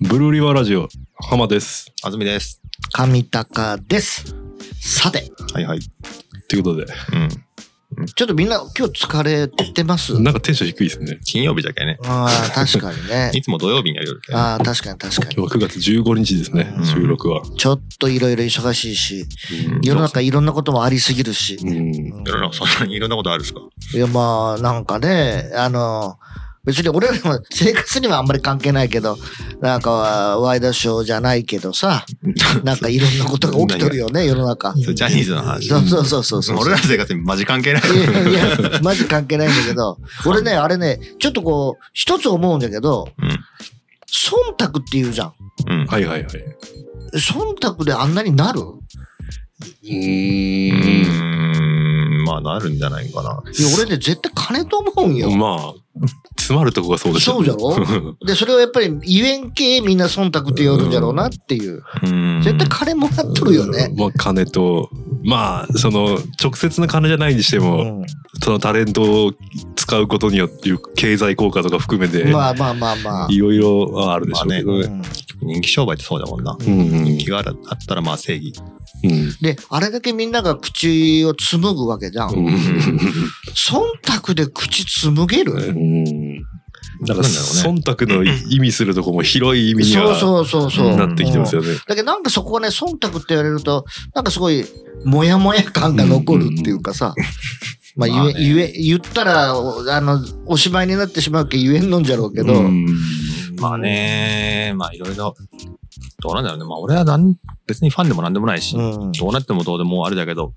ブルーリバーラジオ、浜です。あずみです。神高です。さて、はいはい。ということで、うん。ちょっとみんな今日疲れてますなんかテンション低いですね。金曜日じゃけね。ああ、確かにね い。つも土曜日にやるよりけね。ああ、確かに確か今に。日は9月15日ですね、うん収録は。ちょっといろいろ忙しいし、うん世の中いろんなこともありすぎるし。うん。世の中そんなにいろんなことあるんですかいや、まあ、なんかね、あの、別に俺らの生活にはあんまり関係ないけど、なんか、ワイドショーじゃないけどさ、なんかいろんなことが起きとるよね、世の中。それジャニーズの話。そうそうそうそうそう。俺らの生活にマジ関係ない。 いやいや、マジ関係ないんだけど、俺ね、あれね、ちょっとこう、一つ思うんだけど、忖度って言うじゃん。うん。うん。はいはいはい。忖度であんなになるううーん。ーん。まあ、なるんじゃないかな。いや、俺ね、絶対金と思うんよ。まあ、詰まるとこがそうですそうじ ゃろで、それをやっぱり、ゆえん系みんな忖度って言うんだろうなっていう。うん絶対金もらっとるよね。まあ、金と、まあ、その、直接の金じゃないにしてうも、ん、そのタレントを使うことによって、経済効果とか含めて、まあまあまあまあ。いろいろあるでしょうけどうね。ん人気商売ってそうだもんな。うん人気があるあったら、まあ、正義。うんで、あれだけみんなが口を紡ぐわけじゃん。うん忖度で口紡げる、うんなんかなんだろうね。忖度の意味するとこも広い意味にそうはそうそうそう。なってきてますよね。だけどなんかそこはね、忖度って言われると、なんかすごい、もやもや感が残るっていうかさ、まあまあね言え、言え、言ったら、おあの、おしまいになってしまうけ言えんのんじゃろうけど、うんまあね、まあ、いろいろ。どうなんだろうね。まあ、俺はなん別にファンでもなんでもないし。うん。どうなってもどうでもあれだけど、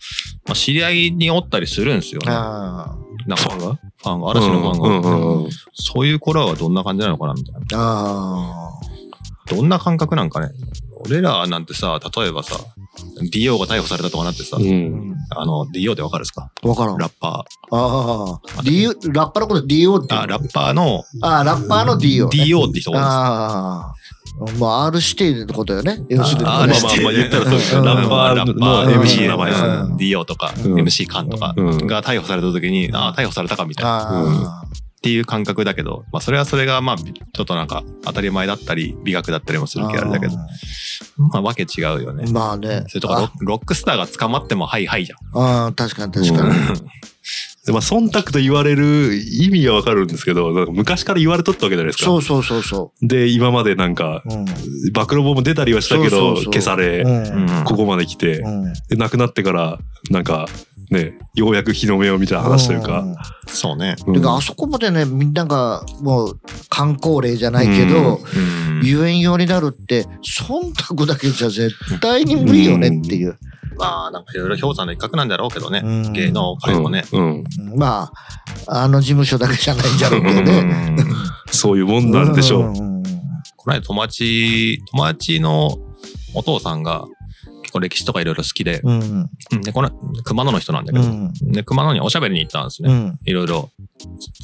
まあ、知り合いにおったりするんですよね。あなんかファンがファンが、嵐のファンが。うんうんうんそういう子らはどんな感じなのかなみたいな。あ、あどんな感覚なんかね。俺らなんてさ、例えばさ、DO が逮捕されたとかなってさ、あ、うんあの、DO ってわかるですかわからん。あラッパあ、DO、ラッパのこと DO ってー。言うあ、ラッパーのああ、ラッパーの DO、ね。 DO って人がああ、まあ R 指定ってことよね。要するに、まああまれあまあ言ったらそうですようんラッパーラッパのー MC の名前ですね。うん DO とか、うん MC カンとかうんが逮捕された時に、ああ、逮捕されたかみたいな。あっていう感覚だけど、まあ、それはそれがまあちょっとなんか当たり前だったり美学だったりもすあ、るけどあれだけどまあわけ違うよね。まあね。それとかロロックスターが捕まってもはいはいじゃん。ああ、確かに確かに。でまあ忖度と言われる意味はわかるんですけど、なんか昔から言われとったわけじゃないですそか。うそうそうそで、今までなんか、う。うん。暴露本も出たりはしたけそど、うそうそう消され、うん。ここまで来て、うんで、亡くなってから、なんか、ね、ようやく日の目を見た話というか。んそうね。うんてかあそこまでね、みんながもう観光例じゃないけど、うん遊園用になるって、忖度だけじゃ絶対に無理よねっていう。まあなんかいろいろ氷山の一角なんだろうけどね。うん芸能界もね。うん。まあ、あの事務所だけじゃないんじゃろうけどね。うんそういうもんなんでしょう。ん。 この間友達、友達のお父さんが結構歴史とかいろいろ好きで、うん。でこの熊野の人なんだけうど、ん。で熊野におしゃべりに行ったんですね。うん。いろいろ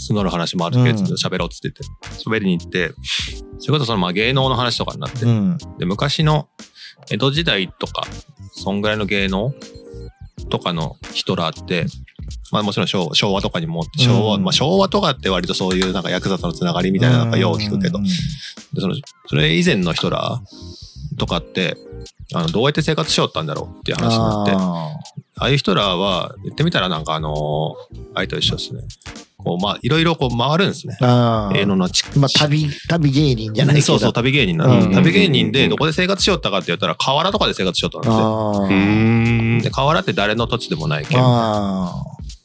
募る話もあるけれど、うん喋ろうっつってて、喋りに行って、それこそそのまあ芸能の話とかになって、うん。で昔の江戸時代とか、そんぐらいの芸能とかの人らって、まあもちろん昭昭和とかにも、昭和、うんまあ昭和とかって割とそういうなんかヤクザとのつながりみたいななんかよう聞くけど、でそのそれ以前の人らとかって、あのどうやって生活しようったんだろうっていう話になって、あああいう人らは、言ってみたらなんかあのーあれと一緒ですね。こう、まあ、いろいろこう回るんですね。ーあー。芸能のち、まあ、旅、旅芸人じゃないけど。そうそう、旅芸人なうの。ん旅芸人でどこで生活しよったかって言ったら、河原とかで生活しよったんですね。あうあ。んで、河原って誰の土地でもないけん。あ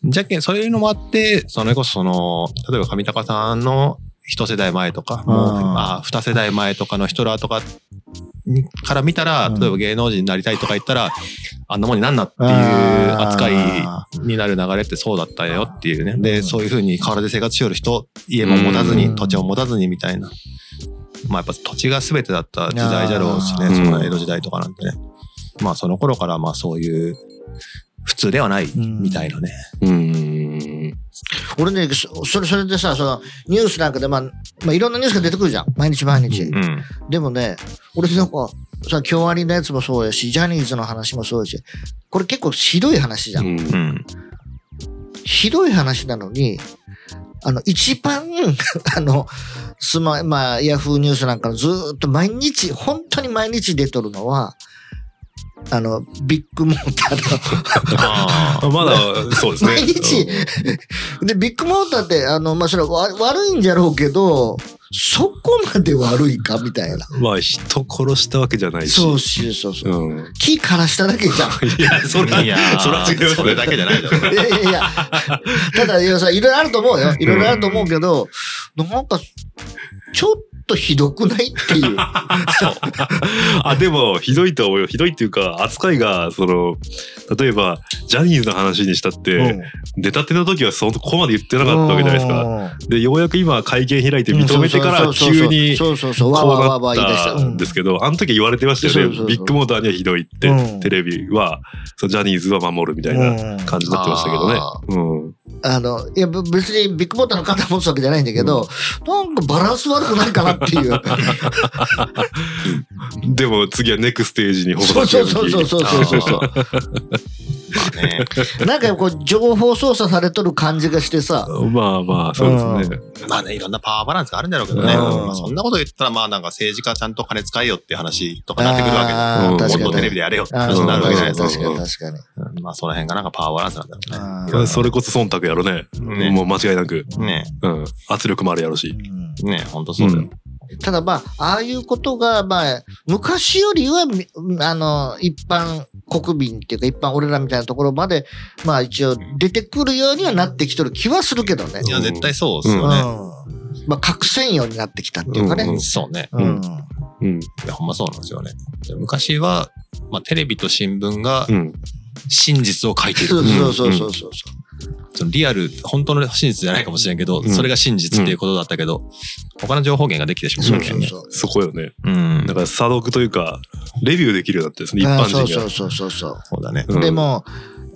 じゃけん、そういうのもあって、それこそその、例えば上高さんの一世代前とか、もう、あーまあ、二世代前とかの人らとかにから見たら、うん例えば芸能人になりたいとか言ったら、あんなもんになんなっていあ。う扱いあになる流れってそうだったよっていうね。うで、んそういうふうに河原で生活しよる人、家も持たずうに、ん土地を持たずにみたいな。まあやっぱ土地が全てだった時代じゃろうしあね、ーその江戸時代とかなんてね。まあその頃からまあそういう、普通ではないんみたいなね。うん。ー。俺ね、そそれ、それでさ、その、ニュースなんかで、まあ、まあ、いろんなニュースが出てくるじゃん。毎日毎日。うん。でもね、俺なんか、さ、京アニのやつもそうやし、ジャニーズの話もそうやし、これ結構ひどい話じゃん。うんうん。 ひどい話なのに、あの、一番、あの、スマ、まあ、ヤフーニュースなんかのずーっと毎日、本当に毎日出とるのは、あの、ビッグモーターあ まだ、そうですの、ね。毎日、で、ビッグモーターって、あの、まあ、それはわ悪いんじゃろうけど、そこまで悪いかみたいな。うんまあ、人殺したわけじゃないし。そうそうそうそう。うん。木枯らしただけじゃん。 いや、それあ。は、いやそれは違いまー、すそれだけじゃないだろ。いやいやいや。ただ、いやさいろいろあると思うよ。いろいろあると思うけど、なんか、ちょっとひどくないっていう。あ、でも、ひどいとは思うよ。ひどいっていうか、扱いが、その、例えば、ジャニーズの話にしたって、うん出たての時はそこまで言ってなかったわけじゃないですか。うんで、ようやく今、会見開いて認めてかうら、んそうそうそう急に、そうそうそう、わこわわうわ言い出した。なうったんんですけど、あの時言われてましたそようそうね。そうビッグモーターにはひどいって、うんテレビは、そのジャニーズは守るみたいなうん感じになってましたけどねあ。うん。あの、いや、ぶ別にビッグモーターの肩持つわけじゃないんだけど、なんかバランス悪くないかなっていう。でも、次はネクステージに保そう護そうそうそうそうそうそうあーねなんかこう、情報操作されとる感じがしてさ、まあまあ、そうですね。 まあね、いろんなパワーバランスがあるんだろうけどね。うんまあ、そんなこと言ったら、まあなんか政治家ちゃんと金使えよって話とかなってくるわあーうんけで、確もっとかテレにビで。やれよってあー話になるわけじゃないですか。確かに確かに。うんまあその辺がなんかパワーバランスなんだろうね。あーいろいろそれこそ忖度やろね。ねもう間違いなく。ねうん。圧力もあるやろし。うんね本当そうだよ。ただまあ、ああいうことが、まあ、昔よりは、みあの、一般国民っていうか、一般俺らみたいなところまで、まあ一応出てくるようにはなってきとる気はするけどね。いや、絶対そうですうん。よね。まあ、核専用になってきたっていうかうんね。そうね。うん。んうん。いや、ほんまそうなんですよね。で昔は、まあテレビと新聞がうん。真実を書いているそ。うそうそうそうそう。そのリアル、本当の真実じゃないかもしれんけど、うんそれが真実っていうことだったけど、他の情報源ができてしまうそわうけそようね。そう。そこよね。うんだ。から、査読というか、レビューできるようになってですね、一あ般あそ人うそがう。そうそうそう。そうだね。うんで、も、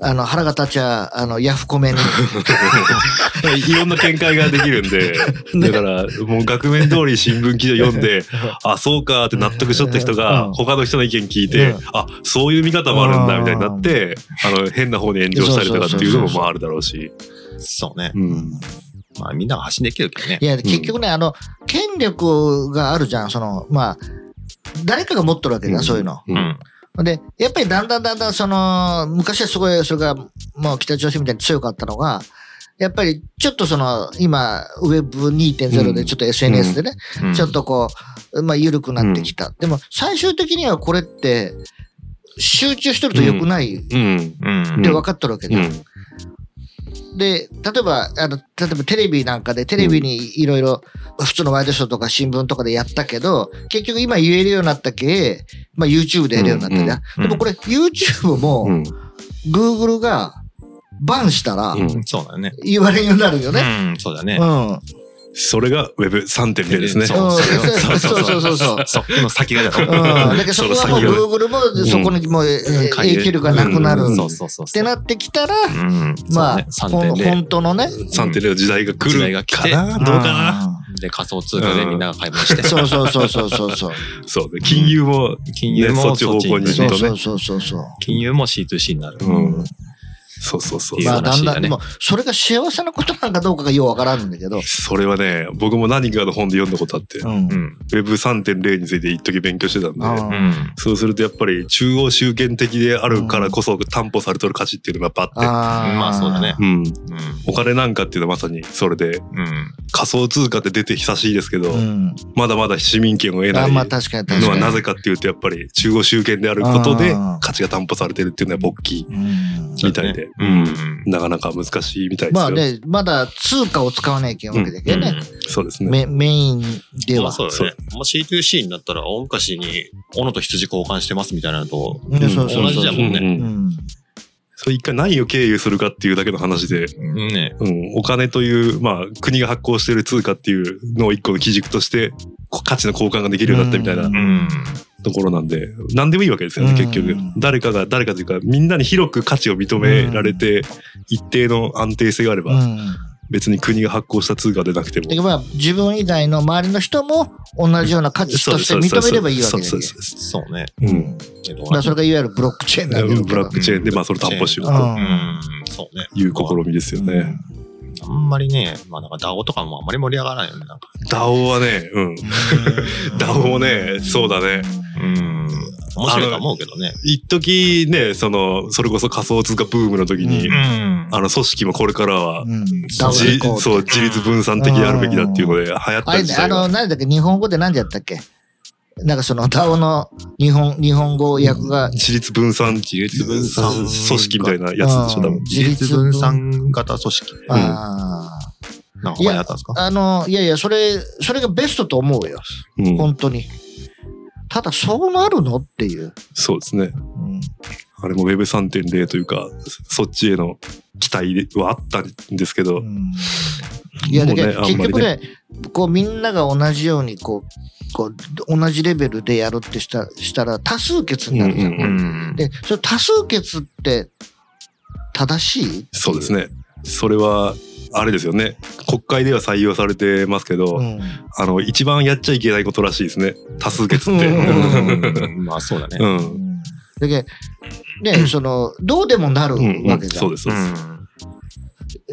あの、腹が立っちゃ、あの、ヤフコメに。いろんな見解ができるんで、だから、もう額面通り新聞記事を読んで、あ、そうかって納得しとった人うんが、他の人の意見聞いてうん、あ、そういう見方もあるんだ、みたいになって、あの、変な方に炎上したりとかっていうのもまああるだろうし。そうね。うん。まあみんなが発信できるけどねい。や、結局ね、あの、権力があるじゃん。その、まあ、誰かが持っとるわけじゃん、うんそういうの。うんうん。で、やっぱりだんだんだんだん、その、昔はすごい、それが、もう北朝鮮みたいに強かったのが、やっぱりちょっとその、今、Web2.0 でちょっと SNS でね、うんちょっとこう、まあ、緩くなってきた。でも、最終的にはこれって、集中してると良くないっうん。うんて分かっとるわけじうゃんん。で、例えば、あの、例えばテレビなんかで、テレビにいろいろ、普通のワイドショーとか新聞とかでやったけど、結局今言えるようになったけ、まあ YouTube でやるようになったじゃん。うんでもこれ YouTube うも、ん。 Google がバンしたらう、んそうだね。言われんようになるよね。うん、そうだねう。ん。それが Web3.0 ですね。そううんそうそうそうそう。そっの先がだろうん、だけどそこはもうその Google もそこにもうえー介入影響力がなくなるうんっそうそうそう。ってなってきたら、うん、まあ、そうほんね、3.0本当のね。 3.0の時代が来時代るが来かてなどうかで仮想通貨でみんなが買い物してう、んそうそうそうそうそうそう。なそうね。金融も、金融ねそもっち方向にそっちそにうねそうそうそうそう。金融も C2C になる。うん。そうそうそう。っまてあ、いうだ話んだだん、ねでも、それが幸せなことなんかどうかがようわからんんだけど。それはね、僕も何かの本で読んだことあって、うんう。ん。 Web3.0 について一時勉強してたんで、あうん。そうするとやっぱり中央集権的であるからこそ担保されとる価値っていうのがやっぱあって、あーまあそうだね。。うん、うん。お金なんかっていうのはまさにそれでうん。仮想通貨って出て久しいですけど、うん。まだまだ市民権を得なあいんまあの確かに確かはに。なぜかっていうとやっぱり中央集権であることであー価値が担保されてるっていうのは大きいうんみたいで、ううんん。なかなか難しいみたいですまあよ、ね、まだ通貨を使わないけんわけだけどね。そうですね。メメインでまあは。そうだよね。まあ C2C になったら、大昔に、斧と羊交換してますみたいなのと、うんそうそうそう同じじゃんもんね。うんうんそう一回何を経由するかっていうだけの話で、ね。うん、お金という、まあ、国が発行している通貨っていうのを一個の基軸として、こ価値の交換ができるようになったみたいなううんん。ところなんで、何でもいいわけですよね、うん結局。誰かが、誰かというか、みんなに広く価値を認められて、一定の安定性があれうば、ん。別に国が発行した通貨でなくてもだけ。どまあ自分以外の周りの人も同じような価値そうとでしすて認めればいいわけそだうよですそうですそうね。そうです。うん。えっとだからそれがいわゆるブロックチェーンなんだけど。ブラックチェーンで、まあ、それ担保しよううとうんん。そうね。いう試みですよね。あんまりね、まあなんか DAO とかもあんまり盛り上がらないよね。なんかダオはね、うん。 ダオもね、そうだね。うん。面白いと思うけどね。一時ね、その、それこそ仮想通貨ブームの時に、んあの、組織もこれからは、うん。ダブルじコーそう、自立分散的であるべきだっていうので、流行っあたれ時ね、あ代がの、何だっけ、日本語で何でやったっけなんかその、ダオの日本、日本語訳が、自立分散、自立分散組織みたいなやつでしょ、多うん分。自立分散型組織。ああなんか他にあったんですかあの、いやいや、それ、それがベストと思うよ。うん、本当に。ただ、そうなるのっていう。そうですね。うんあれも Web3.0 というか、そそっちへの期待はあったんですけど、いや、だけもうねあんまどりね結局ね、こう、みんなが同じように、こう、こう、同じレベルでやるってしたしたら、多数決になるじゃん。うんんで、それ多数決って、正しいそうですね。それは、あれですよね。国会では採用されてますけど、うんあの、一番やっちゃいけないことらしいですね。多数決って。うんまあそうだね。うん。だけどね、その、どうでもなるうん。うわんけじゃん。そうです、そうで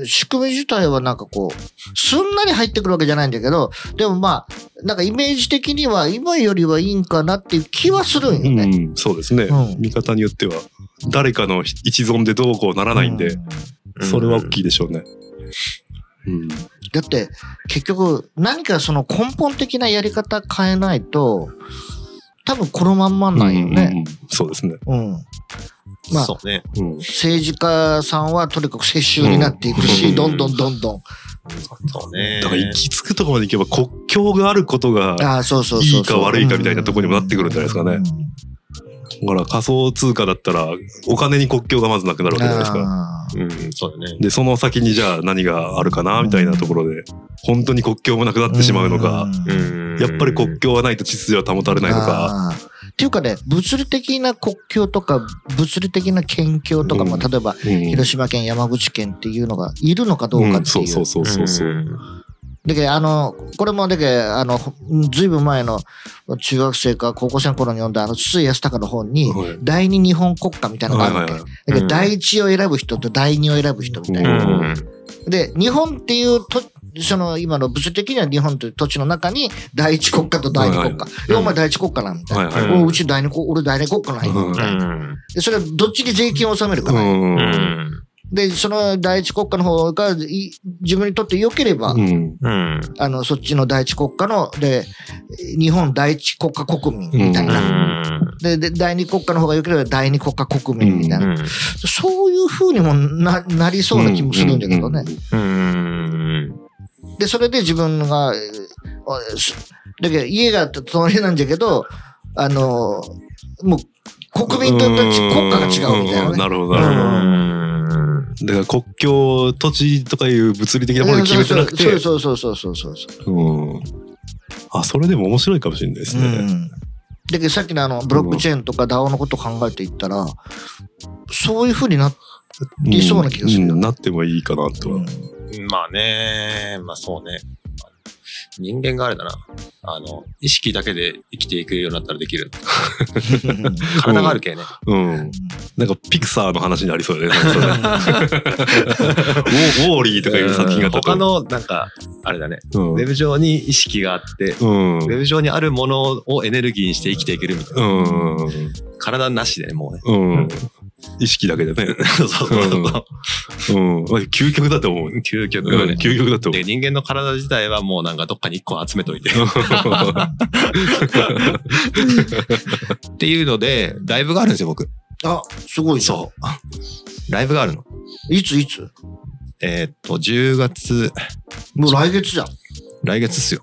す。仕組み自体はなんかこう、すんなり入ってくるわけじゃないんだけど、でもまあ、なんかイメージ的には今よりはいいんかなっていう気はするんよね。うん、そうですね、うん見方によっては誰かの一存でどうこうならないんで、それは大きいでしょうね。うん、だって、結局、何かその根本的なやり方変えないと、多分このまんまなんようんね。うんそうですね。うん。まあそうね。うん、政治家さんはとにかく世襲になっていくし、うんどんどんどんどん。そうね。だから行き着くところまで行けば国境があることがだかああ、そうそうそうそう。いいか悪いかみたいなとこにもなってくるんじゃないですかねうんら仮想通貨だったらお金に国境がまずなくなるわけじゃないですか。ああうん、そうだね。でその先にじゃあ何があるかなみたいなところで本当に国境もなくなってしまうのか、うんやっぱり国境はないと秩序は保たれないのか、あーっていうかね、物理的な国境とか、物理的な県境とか、うんまあ、例えば、うん広島県、山口県っていうのがいるのかどうかうんってそいうそうう。そうそうそう。だけど、あの、これも、だけど、あの、ずいぶん前の中学生か高校生の頃に読んだ、あの、筒井康隆の本に、はい第二日本国家みたいなのがあるわけ。はいはいだけうど、ん第一を選ぶ人と第二を選ぶ人みたいうんな。うんで、日本っていうと、その今の物理的には日本という土地の中に第一国家と第二国家。で、お前第一国家なんみたいな。はいはいおうち第二国、俺第二国家なんよみたいな。で、それはどっちに税金を納めるかうな。んううんんで、その第一国家の方がい自分にとって良ければ、うんうんあの、そっちの第一国家の、で、日本第一国家国民みたいな。でで、第二国家の方が良ければ第二国家国民みたいな。うんそういう風にもななりそうな気もするんだけどね。うんで、それで自分が、えーあすだけど家が隣なんだけど、あの、もう国民と国家が違うみたいなうんね。なるほど、なるほど。だから国境、土地とかいう物理的なものを決めてなくて、そうそうそうそうそうそうそううん。あ、それでも面白いかもしれないですそう。うね。ん。だけどさっきのあの、ブロックチェーンとか DAO のことを考えていったら、そういう風にな っうん理想な気がするようんなってもいいかなとは。まあね、まあそうね。人間があれだな。あの、意識だけで生きていくようになったらできる。体があるけね。うん。なんかピクサーの話にありそうだね。なんかそれウ ォウォーリーとかいう作品が他、の、なんか、あれだね。うんウェブ上に意識があって、うん。ウェブ上にあるものをエネルギーにして生きていけるみたいな。うん。体なしでね、もう ね。うん。意識だけでね。そうそうそう。うん。究極だと思う。うん究極のね。究極だと思で、う。人間の体自体はもうなんかどっかに一個集めといて。っていうので、ライブがあるんですよ、僕。あ、すごいじゃん。そう。 ライブがあるの。いついつえーっと、10月、もう来月じゃん。来月っすよ。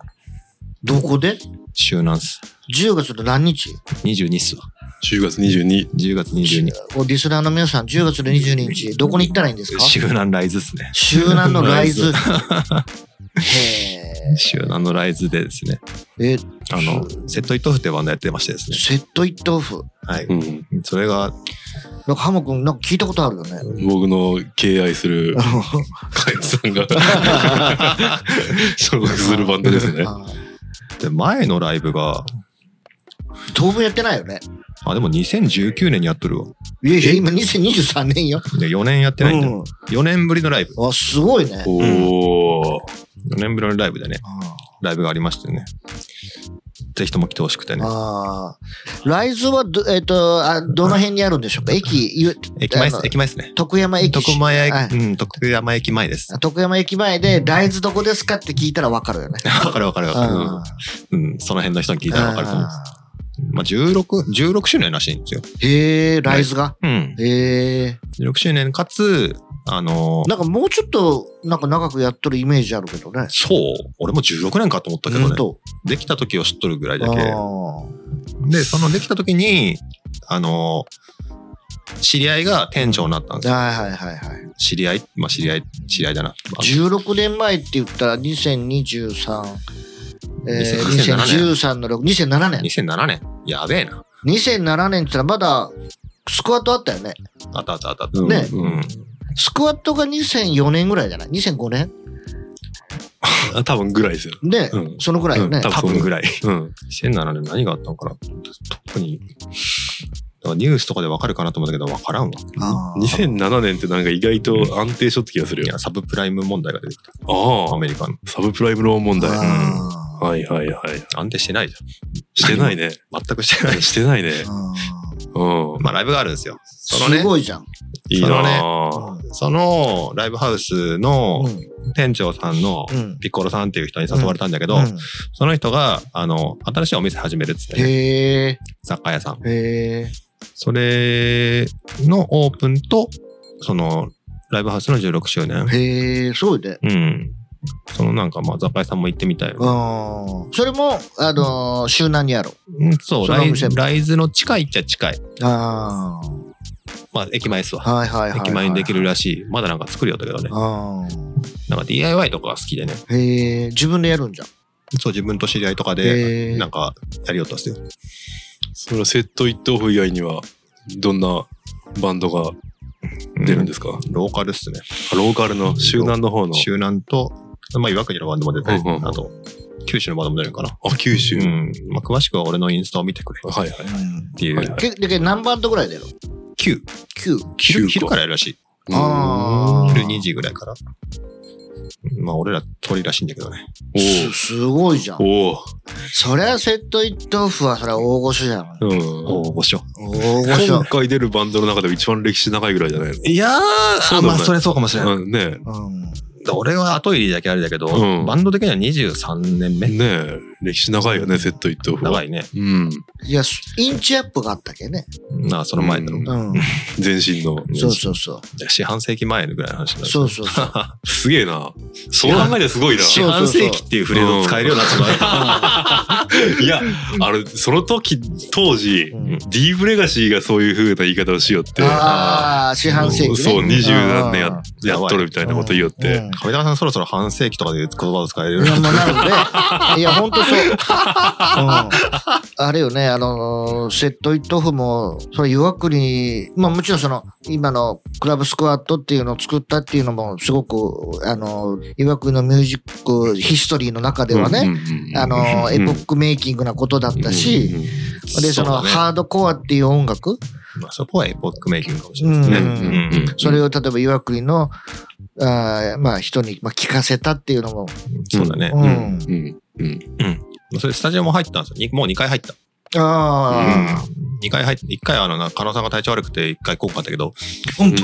どこで週なんす。 ?10 月の何日22っすわ。 10月22。 10月22。おリスナーの皆さん、10月の22日、どこに行ったらいいんですか周南ライズっすね。周南のライズ。へ周南のライズでですね。え。え、あの、セットイットフってバンドやってましてですね。セットイットオフ。はい。うん。 それが、なんかハモ君、なんか聞いたことあるよね。僕の敬愛するカエツさんが所属するバンドですね。あで前のライブが、当分やってないよね。あ、でも2019年にやっとるわ。いやいや、今2023年よ。で4年やってうないんだよ。ん。 4年ぶりのライブ。あ、すごいね。おお。 4年ぶりのライブでね、ライブがありましてね。ぜひとも来てほしくてね。ああ。ライズはど、えっ、とあ、どの辺にあるんでしょうか駅、ゆ駅前であす、の駅前ですね。徳山駅徳前、はいうん、徳山駅前です。徳山駅前で、ライズどこですかって聞いたらわかるよね。わかるわかるわかる。うんあうん、その辺の人に聞いたらわかると思う。あまあ、16、16周年らしいんですよ。へえ、ライズが。うん。へえ。 16周年かつ、あのーなんかもうちょっと、なんか長くやっとるイメージあるけどね。そう、俺も16年かと思ったけどほんね、と。できた時を知っとるぐらいだけ。あで、そのできた時に、あのー知り合いが店長になったんですあよ。はいはいはいはい。知り合いまあ知り合い、知り合いだな。まあ16年前って言ったら2023、え2007ー、2013の6、2007年。 2007年。やべえな。 2007年って言ったらまだスクワットあったよね。あったあったあった。ねうん。スクワットが2004年ぐらいじゃない ?2005 年あ多分ぐらいですよ。で、うんそのぐらいよね。多多分ぐらい。うん。 2007年何があったのかな特に。だからニュースとかでわかるかなと思ったけど、わからんわ。あー2007年ってなんか意外と安定しとった気がするいよ。や、サブプライム問題が出てきた。あアあ。メリカの。サブプライムローン問題。はあーいはいはい。安定してないじゃん。してないね。全くしてない。してないね。あうん。まあ、ライブがあるんですよ。そのー。ねす、ごいじゃん。いいなうあんそのライブハウスの店長さんのうんピッコロさんっていう人に誘われたんだけど、うんその人が、あの、新しいお店始めるっつって、ね、へえ、雑貨屋さん。へえ。それのオープンと、その、ライブハウスの16周年。へえ、そうで。うん。そのなんか、まあ、雑貨屋さんも行ってみたいよね。うん。それも、あのー、周南にある。うん、そう、そのラおイ店ライズの近いっちゃ近い。あまあ、駅前っすあ。わ。はいはいはい、はい。駅前にできる。らしい。まだなんか作りよったけどね。あなんか DIY とかが好きでね。あ。へえ、自分でやるんじゃん。そう、自分と知り合いとかへで、ーなんか、やりよったっすよ。それはセット一等譜以外には、どんなバンドが出るんですすかローカルっすね。ローカルの、周南の方の。周南と、まあ、岩国のバンドも出たりうんうんう、んあと、九州のバンドも出るのかな。あ、九州。うん。まあ、詳しくは俺のインスタを見てくれ。っはいはい。ていはいうは。けでけ何バンドぐらい出る9。 ?9。九昼か昼からやるらしい。あー昼2時ぐらいから。まあ、俺ら鳥らしいんだけどね。すすごいじゃんお。お。おそりゃセット一等譜はそりゃ大御所じゃん。お。うん。大御所。大御所今。回出るバンドの中で一番歴史長いぐらいじゃないいやー、そうでもないあまあ、それそうかもしれない。のねうん。俺は後入りだけあれだけど、うんバンド的には23年え。目。ねえ。歴史長いよね、セット一等譜は。長い。いね。うん。いや、すインチアップがあったっけね。なあ、その前だろ。うんうん。全身の。そうそうそう。四半世紀前のぐらいの話になる。そうそうそう。すげえな。そう考えたらすごいな。そ四う半世紀っていうフレーズを使えるようになってしまう。いや、あれ、その時、当時、うんディープレガシーがそういう風な言い方をしよって。ああ、四半世紀、ね。そう、二十何年あややっとるみたいなこと言いよっーて。上田さんそろそろ半世紀とかで言う言葉を使えるよううんにいなや、る。もうなるね。いや、ほんとそう。うん、あれよね、あのー、セットイットオフも、それ岩国、まあもちろんその、今のクラブスクワットっていうのを作ったっていうのも、すごく、あのー、岩国のミュージックヒストリーの中ではね、あのー、エポックメイキングなことだったし、で、その、うだねハードコアっていう音楽、まあ、そこはエポックメイキングかもしれないですね。うんうんそれを例えば岩国の、あーまあ人に、まあ、聞かせたっていうのも、そうだね。うん。うんうんそれスタジオも入ったんですよ。にもう2回入った。ああ、 2回入って、1回はあの、な加納さんが体調悪くて1回来んかったけど、 本当。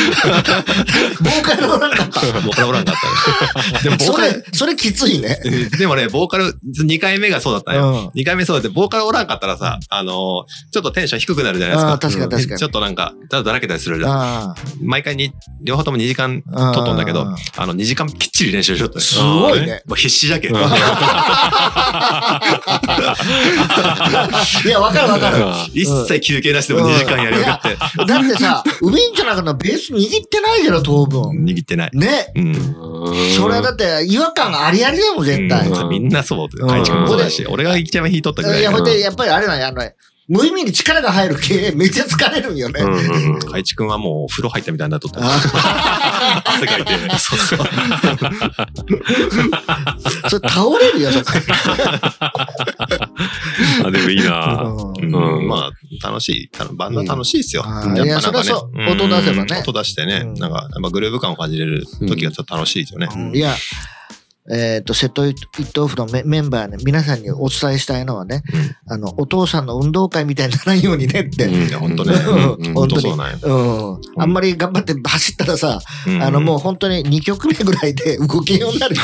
ボーカルおらんかった。ボーカルおらんかった。でも、ボー そカれ、それきついね。ル、でもね、ボーカル、2回目がそうだったうね。ん。 2回目そうだって、ボーカルおらんかったらさ、あのーちょっとテンション低くなるじゃないですああ、か。確かに確かちょに。っとなんか、だだらけたりするじゃん。あ毎回に、両方とも2時間あ。撮ったんだけどあ、あの、2時間きっちり練習しよったねすごいねもう必死じゃけ。ー。いや、わかるわ かる。 一切休憩なしでも2時間やりまくって、だってさ、ウィンじゃなくのベース握ってないけど、当分。握ってない。ね。うん。それはだって違和感ありありだもん、絶対。うんみんなそう。うん会長もそうだし、俺が一番引いとったぐらいいや、だかほんで、やっぱりあれなんや、あのね、無意味に力が入る 系、めっちゃ疲れるんよね。うんうんうんら。海地君はもうお風呂入ったみたいになっとった。あ汗かいて。そうそう。それ倒れるよ、そこ。あ、でもいいな ううんうん、まあ、楽しい。たのバンドは楽しいですよ。うんやっあーぱいやなんかそねりゃそう音出せばねうん音出してね、うんなんか、やっぱグルーヴ感を感じれる時がちょっと楽しいですよね。うんいや、えっ、と、瀬戸一等府のメメンバーね、皆さんにお伝えしたいのはね、あの、お父さんの運動会みたいにならないようにねって。ううんんいや、ほんとね。うんうん本当にそうなんよあんまり頑張って走ったらさ、んあのもう本当に2曲目ぐらいで動けように なる。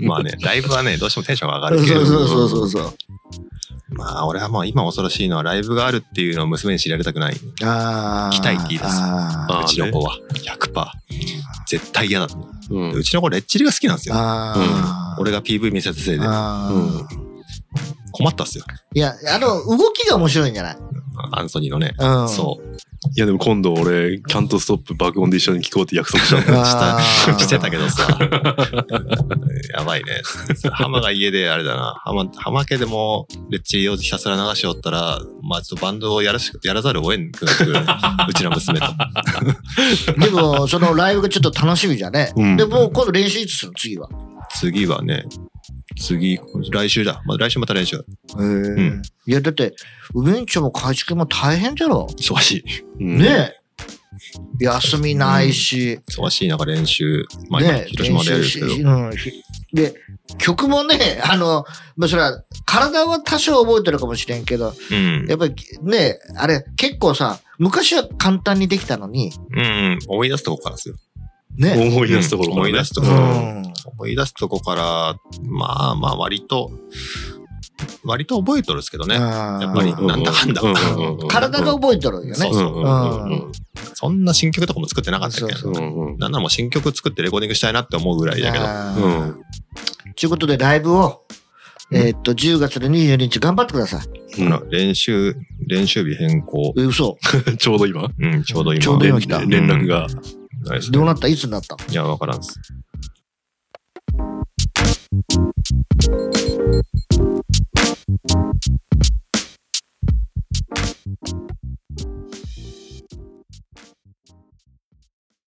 まあね、ライブはね、どうしてもテンションが上がそうるけそうど。そうそうそう。まあ、俺はもう今恐ろしいのは、ライブがあるっていうのを娘に知られたくない。うああ。期待っていいですあーあーちの子は。100%。絶対嫌だと思う。うんうちの子、レッチリが好きなんですよ。あー。俺が PV 見せたせいで。あーうん困ったっすよ。いや、あの、動きが面白いんじゃないアンソニーのね。うん。そう。いやでも今度俺、キャントストップ爆音で一緒に聞こうって約束したんだ。あーしてたけどさ。 やばいね。浜が家であれだな。浜、浜家でも、レッチリをひたすら流しおったら、まあちょっとバンドをやらし、やらざるを得んくなってくる。 うちの娘と。でも、そのライブがちょっと楽しみじゃね。うんで、もう今度練習いつする次は。次はね、次、来週だ。まあ、来週また練習。へえん。いや、だって、ウベンチョもカチ君も大変じゃろ。忙しい。うんねえ。休みないし。忙しい中練習。まあ、今ね広島でやる練け習ど。しうんひで、曲もね、 あの、まあ、それは、体は多少覚えてるかもしれんけど、うんや。っぱりね、あれ、結構さ、昔は簡単にできたのに、うん。思い出すとこからですよ。ね。思い出すところうん思い出すとこうろん。思い出すとこから、まあまあ、割と、割と覚えとるんですけどね。ややっぱりなんだかんだ体が覚えてるよね。そううんうんうんそんな新曲とかも作ってなかったけそうそど。うんうんうんなんならもう新曲作ってレコーディングしたいなって思うぐらいだけど。あうーんということで、ライブを、えーっと、10月の22日頑張ってください。うんあの練習、練習日変更。え嘘。ちょうど今うん、ちょうど今。ちょうど連今来た連絡がうんあれですねどうなったいつになったいや、わからんっす。